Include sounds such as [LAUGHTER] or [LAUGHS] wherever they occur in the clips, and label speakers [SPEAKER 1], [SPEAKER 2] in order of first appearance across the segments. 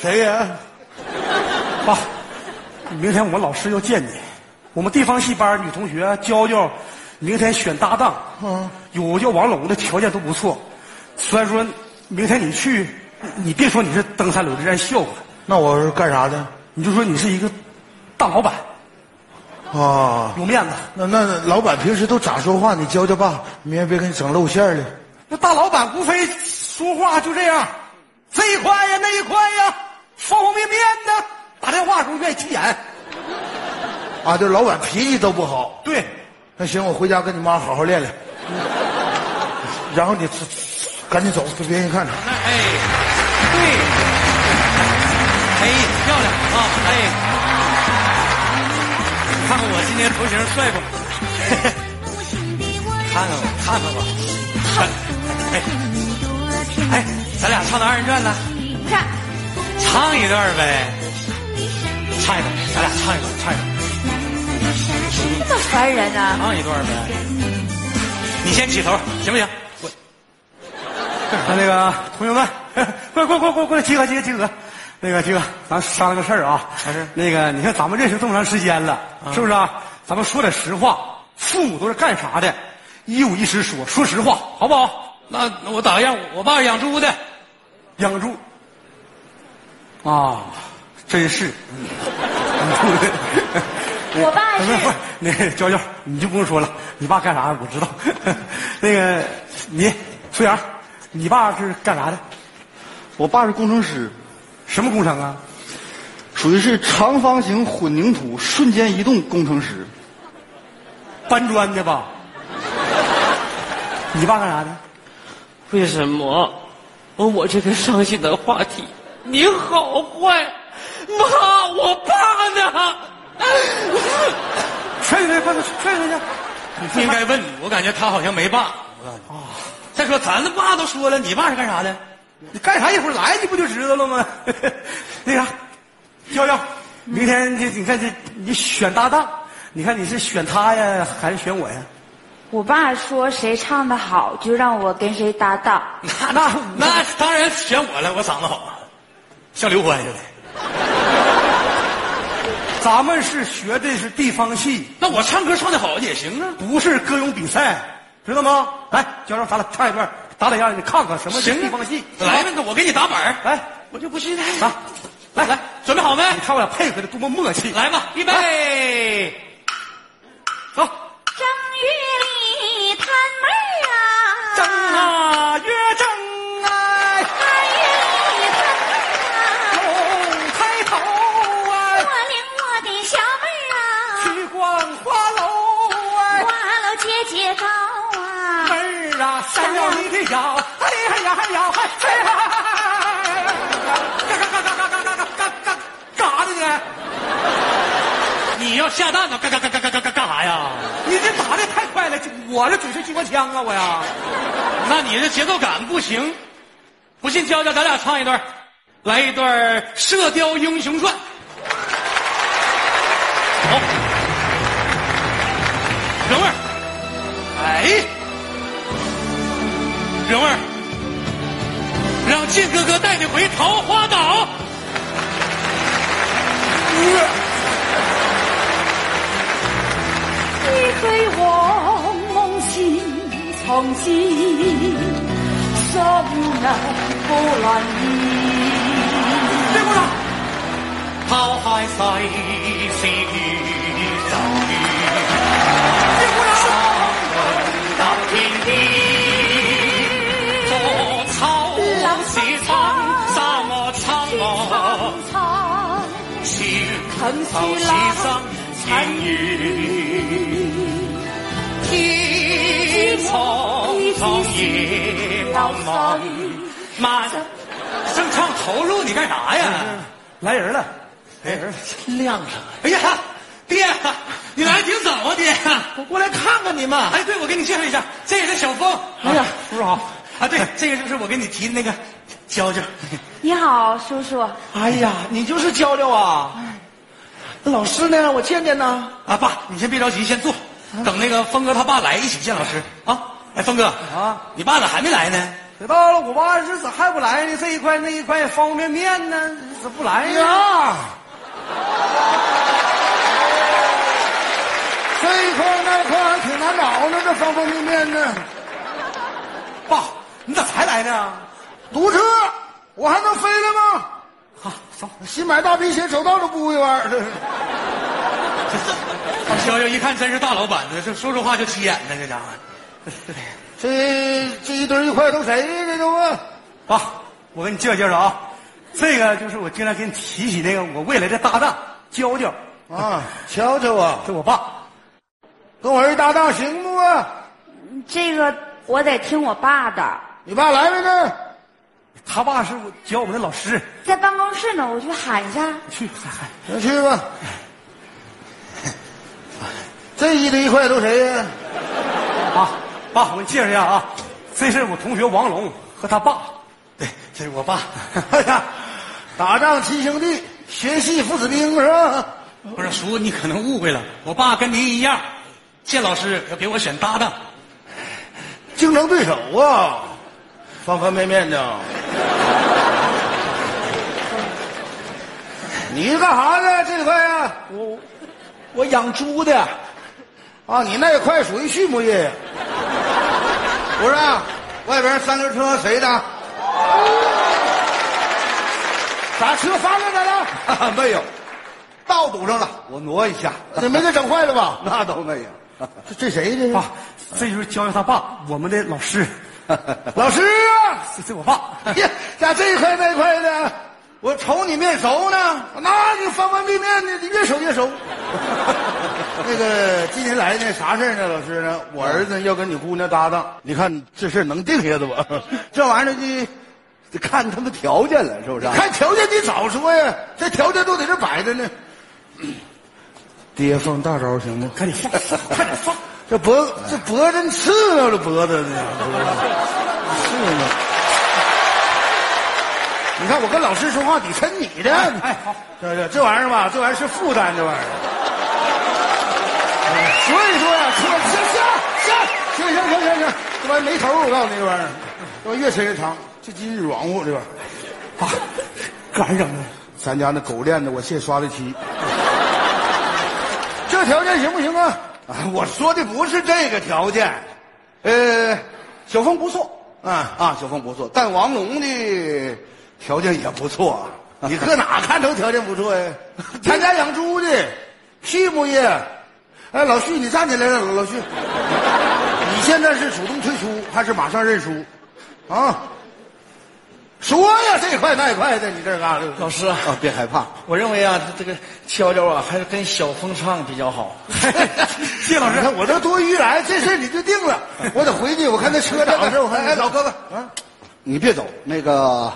[SPEAKER 1] 谁呀？
[SPEAKER 2] 爸，明天我们老师要见你，我们地方戏班女同学娇娇，明天选搭档，
[SPEAKER 1] 嗯
[SPEAKER 2] 有叫王龙的条件都不错，虽然说明天你去，你别说你是登山轮子站笑话，
[SPEAKER 1] 那我是干啥的？
[SPEAKER 2] 你就说你是一个大老板，
[SPEAKER 1] 啊，
[SPEAKER 2] 有面子。
[SPEAKER 1] 那那老板平时都咋说话？你教教爸，明天别给你整露馅儿了。
[SPEAKER 2] 那大老板无非说话就这样，这一块呀，那一块呀，方方面面的，打电话时候愿意急眼。
[SPEAKER 1] 啊，这老板脾气都不好。
[SPEAKER 2] 对，
[SPEAKER 1] 那行，我回家跟你妈好好练 [LAUGHS] 练。然后你赶紧走，别人看着。
[SPEAKER 3] 那哎，对，哎，漂亮啊，哎，你看看我今天头型帅不？看看我，看看我，哎，咱俩唱的二人转呢，
[SPEAKER 4] 看，
[SPEAKER 3] 唱一段呗，唱一段，咱俩唱一段，唱一段，
[SPEAKER 4] 这么烦人啊呢、
[SPEAKER 3] 唱一段呗。你先起头，行不行？我
[SPEAKER 2] 那那个同学们，快快快快快，集合集合集合！那个集合，咱商量个事儿啊。
[SPEAKER 3] 啥事儿
[SPEAKER 2] 那个，你看咱们认识这么长时间了，是不是啊？咱们说点实话，父母都是干啥的，一五一十说，说实话，好不好？
[SPEAKER 3] 那那我打个样，我爸养猪的。
[SPEAKER 2] 养猪。啊，真是。
[SPEAKER 4] 我爸是
[SPEAKER 2] 不不，那个娇娇，你就不用说了，你爸干啥的我知道。那个你苏阳，你爸是干啥的？
[SPEAKER 5] 我爸是工程师，
[SPEAKER 2] 什么工程啊？
[SPEAKER 5] 属于是长方形混凝土瞬间移动工程师。
[SPEAKER 2] 搬砖的 [LAUGHS] 吧？你爸干啥的？
[SPEAKER 6] 为什么问啊我这个伤心的话题？你好坏，妈，我爸呢？
[SPEAKER 2] 踹踹快快踹踹去！
[SPEAKER 3] 不应该问，我感觉他好像没爸。我告诉
[SPEAKER 6] 哦
[SPEAKER 3] 你，再说咱的爸都说了，你爸是干啥的？
[SPEAKER 2] 你干啥一会儿来你不就知道了
[SPEAKER 3] [LAUGHS]
[SPEAKER 2] 吗？那啥，娇娇，
[SPEAKER 3] 嗯
[SPEAKER 2] 明天这你看这你选搭档，你看你是选他呀，还是选我呀？
[SPEAKER 4] 我爸说谁唱的好就让我跟谁搭档。
[SPEAKER 3] 那那那当然选我了，我嗓子好，啊像刘欢似的。
[SPEAKER 2] 咱们是学的是地方戏，
[SPEAKER 3] 那我唱歌唱的好也行啊，
[SPEAKER 2] 不是歌咏比赛，知道吗？来，娇娇，咱俩唱一段，打打样，你看看什么是
[SPEAKER 3] 行啊
[SPEAKER 2] 地方戏。
[SPEAKER 3] 来吧，我给你打板儿
[SPEAKER 2] 来，
[SPEAKER 3] 我就不信了。
[SPEAKER 6] 啊
[SPEAKER 2] 来，来
[SPEAKER 3] 来，准备好没？
[SPEAKER 2] 你看我俩配合的多么默契。
[SPEAKER 3] 来吧，预备，
[SPEAKER 6] 啊
[SPEAKER 3] 走。
[SPEAKER 4] 正月里探妹儿啊，
[SPEAKER 2] 争啊，越争啊，
[SPEAKER 4] 三月里探妹儿啊，
[SPEAKER 2] 龙抬头啊
[SPEAKER 4] 我。领我的小妹儿啊，
[SPEAKER 2] 去逛花楼啊，
[SPEAKER 4] 花楼节节高啊，
[SPEAKER 2] 妹儿啊，闪亮你的腰，哎呀呀哎呀，嗨哎呀，干干干干干干干干干干啥呢
[SPEAKER 3] 你要下蛋呢？干干干干干干干干啥呀？
[SPEAKER 2] 你？你这打的太快了，我这嘴是机关枪啊，我呀！
[SPEAKER 3] [LAUGHS] 那你的节奏感不行，不信教教咱俩唱一段，来一段《射雕英雄传》。好，蓉儿，哎，蓉儿，让靖哥哥带你回桃花岛。
[SPEAKER 7] 一飞往梦前，从此所有爱不难移。
[SPEAKER 2] 别鼓掌，
[SPEAKER 3] 抛开世事与愁绪，
[SPEAKER 2] 别鼓掌，
[SPEAKER 3] 到天边。做草
[SPEAKER 7] 留
[SPEAKER 3] 是
[SPEAKER 7] 心
[SPEAKER 3] 苍，沙我苍我。
[SPEAKER 7] 苍
[SPEAKER 4] 啊
[SPEAKER 7] 苍，
[SPEAKER 3] 笑
[SPEAKER 7] 恨是
[SPEAKER 3] 后此生
[SPEAKER 7] 冷，
[SPEAKER 3] 情如天苍苍野茫茫。妈，正唱投入，你干啥呀？
[SPEAKER 2] 来人了，
[SPEAKER 3] 哎，亮上了！哎呀，爹，你来得挺早啊，爹。
[SPEAKER 2] 我过来看看你们。
[SPEAKER 3] 哎，对，我给你介绍一下，这也是小峰。
[SPEAKER 2] 哎呀，叔叔好。
[SPEAKER 3] 啊，对，这个就是我给你提的那个娇娇。
[SPEAKER 4] 你好，叔叔。
[SPEAKER 2] 哎呀，你就是娇娇啊？老师呢？我见见呢。
[SPEAKER 3] 啊，爸，你先别着急，先坐，
[SPEAKER 2] 嗯
[SPEAKER 3] 等那个峰哥他爸来一起见老师啊。哎，峰哥
[SPEAKER 2] 啊
[SPEAKER 3] 你爸咋还没来呢？
[SPEAKER 2] 这到了五八二十咋还不来呢？这一块那一块方便面呢，咋不来
[SPEAKER 1] 哎
[SPEAKER 2] 呢？
[SPEAKER 1] 呀，这一块那块挺难找呢，这方方面面呢，
[SPEAKER 2] 爸，你咋才来呢？
[SPEAKER 1] 堵车，我还能飞了吗？
[SPEAKER 2] 好，走。
[SPEAKER 1] 新买大皮鞋，走道都不会弯儿， [LAUGHS] 这是。
[SPEAKER 2] 逍遥一看真是大老板呢，这说说话就急眼呢，这家伙。
[SPEAKER 1] 这这一堆一块都谁的？这都啊，
[SPEAKER 2] 爸，我跟你介绍介绍啊，这个就是我经常给你提起那个我未来的搭档娇娇，
[SPEAKER 1] 啊，瞧瞧啊，
[SPEAKER 2] 这我爸。
[SPEAKER 1] 跟我这搭档行不啊？
[SPEAKER 4] 这个我得听我爸的，
[SPEAKER 1] 你爸来没呢？
[SPEAKER 2] 他爸是我教我们的老师，
[SPEAKER 4] 在办公室呢，我去喊一下。
[SPEAKER 2] 去，嗨嗨
[SPEAKER 1] 那去吧。 [LAUGHS] 这一堆一块都谁呀、
[SPEAKER 2] 爸，啊爸，我给你介绍一下啊，这是我同学王龙和他爸，对，这是我爸。
[SPEAKER 1] [LAUGHS] 哎呀，打仗亲兄弟，学戏父子兵是吧？
[SPEAKER 3] 不是叔，你可能误会了，我爸跟您一样，见老师要给我选搭档。
[SPEAKER 1] 竞争对手啊，方方面面的。你是干啥的？这块呀、
[SPEAKER 2] 我我养猪的，
[SPEAKER 1] 啊，你那一块属于畜牧业呀？不是、啊，外边三轮车谁的？咋车翻了来了？ [LAUGHS] 没有，道堵上了，我挪一下。你没给整坏了吧？ [LAUGHS] 那倒没有。啊这这谁这是？
[SPEAKER 2] 爸，这就是教教他爸，我们的老师，
[SPEAKER 1] [LAUGHS] 老师啊！
[SPEAKER 2] 这这我爸。
[SPEAKER 1] 呀，咋这一块那一块的？我瞅你面熟呢，那你方方面面的，你越熟越熟。 [LAUGHS] 那个今天来呢，啥事儿呢，老师呢？我儿子要跟你姑娘搭档，你看这事儿能定下子吧？ [LAUGHS] 这玩意儿呢，
[SPEAKER 5] 得看他们条件了，是不是啊？
[SPEAKER 1] 看条件你早说呀，这条件都在这摆着呢。 [CLEARS THROAT] 爹放大招行吗？
[SPEAKER 2] 赶紧
[SPEAKER 1] [LAUGHS]
[SPEAKER 2] 放，快点放！
[SPEAKER 1] 这脖这脖子刺挠了脖子呢，是吗？你看我跟老师说话得抻你的，
[SPEAKER 2] 哎好，
[SPEAKER 1] 这这这玩意儿吧，这玩意儿是负担，这玩意儿。哎所以说呀、说行行行行行行行，这玩意儿没头儿，我告诉你，这玩意儿，这玩意儿越抻越长，这筋软乎，这玩意儿。
[SPEAKER 2] 爸，干啥整的？
[SPEAKER 1] 咱家那狗链子我现刷的漆，这条件行不行啊？
[SPEAKER 5] 啊，我说的不是这个条件，呃，小峰不错，啊啊，小峰不错，但王龙的条件也不错啊。
[SPEAKER 1] 你搁哪看都条件不错呀？他家养猪的，畜牧业。哎，老旭，你站起来了，老旭，你现在是主动退出还是马上认输？啊，说呀，这一块那一块的，你这嘎达
[SPEAKER 8] 老师啊，
[SPEAKER 5] 啊，别害怕，
[SPEAKER 8] 我认为啊，这个娇娇啊，还是跟小峰唱比较好。
[SPEAKER 5] [LAUGHS]
[SPEAKER 2] 谢老
[SPEAKER 1] 你
[SPEAKER 2] 师，
[SPEAKER 1] 看我这多余来，这事儿你就定了。我得回去，我看那车咋回事，我看
[SPEAKER 5] 哎哎老
[SPEAKER 1] 哥哥，
[SPEAKER 5] 你别走，那个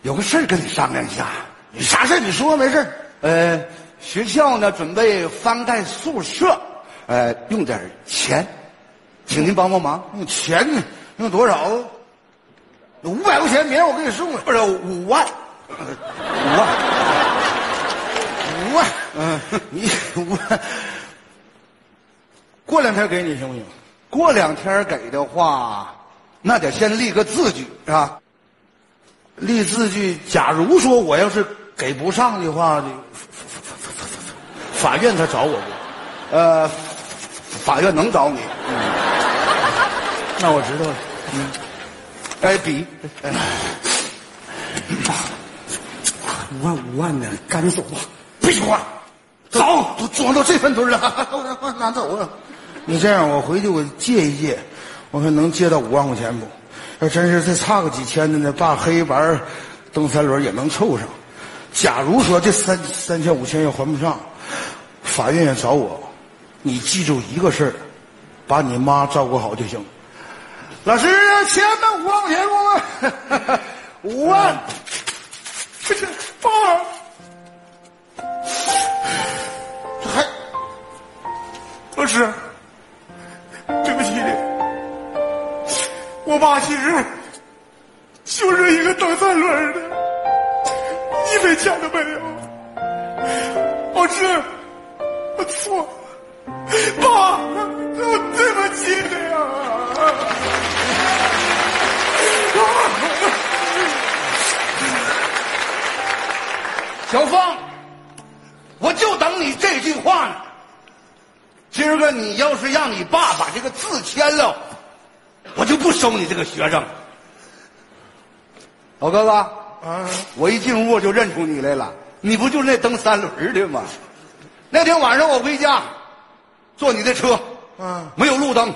[SPEAKER 5] 有个事儿跟你商量一下。
[SPEAKER 1] 你啥事儿你说没事儿
[SPEAKER 5] 呃，学校呢准备翻盖宿舍，呃，用点儿钱，请您帮帮忙。
[SPEAKER 1] 用钱呢？用多少？五百块钱，明儿我给你送了。
[SPEAKER 5] 不是五万，五万，
[SPEAKER 1] 五万，嗯，你五万，过两天给你行不行？
[SPEAKER 5] 过两天给的话，那得先立个字据啊。
[SPEAKER 1] 立字据，假如说我要是给不上的话，你法院他找我不？
[SPEAKER 5] 呃，法院能找你。
[SPEAKER 1] 嗯那我知道了。
[SPEAKER 5] 哎，比
[SPEAKER 2] 五万五万的，赶紧走吧。
[SPEAKER 1] 别说话，走，都装到这份堆了， [LAUGHS] 我拿走啊！你这样，我回去我借一借，我看能借到五万块钱不？要真是再差个几千的呢，爸黑白儿蹬三轮也能凑上。假如说这三三千五千要还不上，法院也找我，你记住一个事儿，把你妈照顾好就行。老师，钱呢？五万块钱不吗？五万，这这爸。这还
[SPEAKER 2] 老师，对不起你，我爸其实就是一个蹬三轮儿的，一分钱都没有。老师，我错了，爸，我对不起你啊！
[SPEAKER 1] 小芳，我就等你这句话呢。今儿个你要是让你爸把这个字签了，我就不收你这个学生了。老哥哥，
[SPEAKER 5] 啊，
[SPEAKER 1] 我一进屋我就认出你来了，你不就那蹬三轮儿的吗？那天晚上我回家，坐你的车，
[SPEAKER 5] 嗯
[SPEAKER 1] 没有路灯，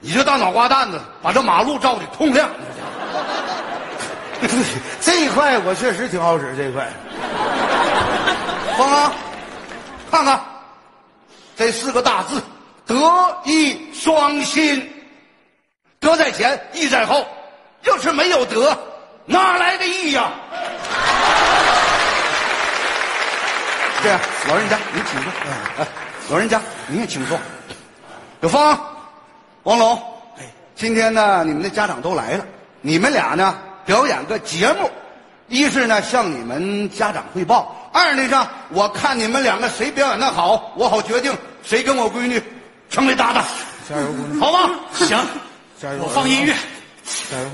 [SPEAKER 1] 你这大脑瓜蛋子把这马路照的通亮。
[SPEAKER 5] 这一块我确实挺好使，这一块
[SPEAKER 1] 芳啊，看看这四个大字“德艺双馨”，德在前，艺在后。要是没有德，哪来的艺呀、这样，老人家你请坐。哎，老人家你也请坐。小芳，王龙，今天呢，你们的家长都来了，你们俩呢表演个节目，一是呢向你们家长汇报，二呢呢我看你们两个谁表演的好，我好决定谁跟我闺女成为搭档，
[SPEAKER 5] 加油，姑
[SPEAKER 9] [LAUGHS]
[SPEAKER 5] 娘，
[SPEAKER 9] 好吗？行，
[SPEAKER 5] 加油！
[SPEAKER 9] 我放音乐。
[SPEAKER 5] 加油！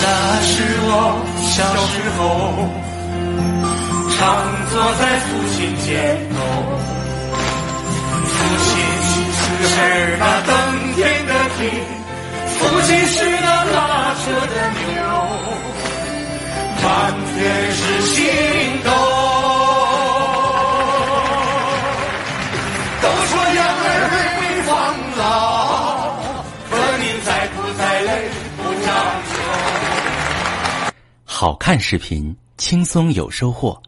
[SPEAKER 3] 那是我小时候，常坐在父亲肩头，父亲是那登天的梯，父亲是那拉车的牛，满天是星斗。都说养儿为防老，可你在不在累，不长。
[SPEAKER 10] 好看视频，轻松有收获。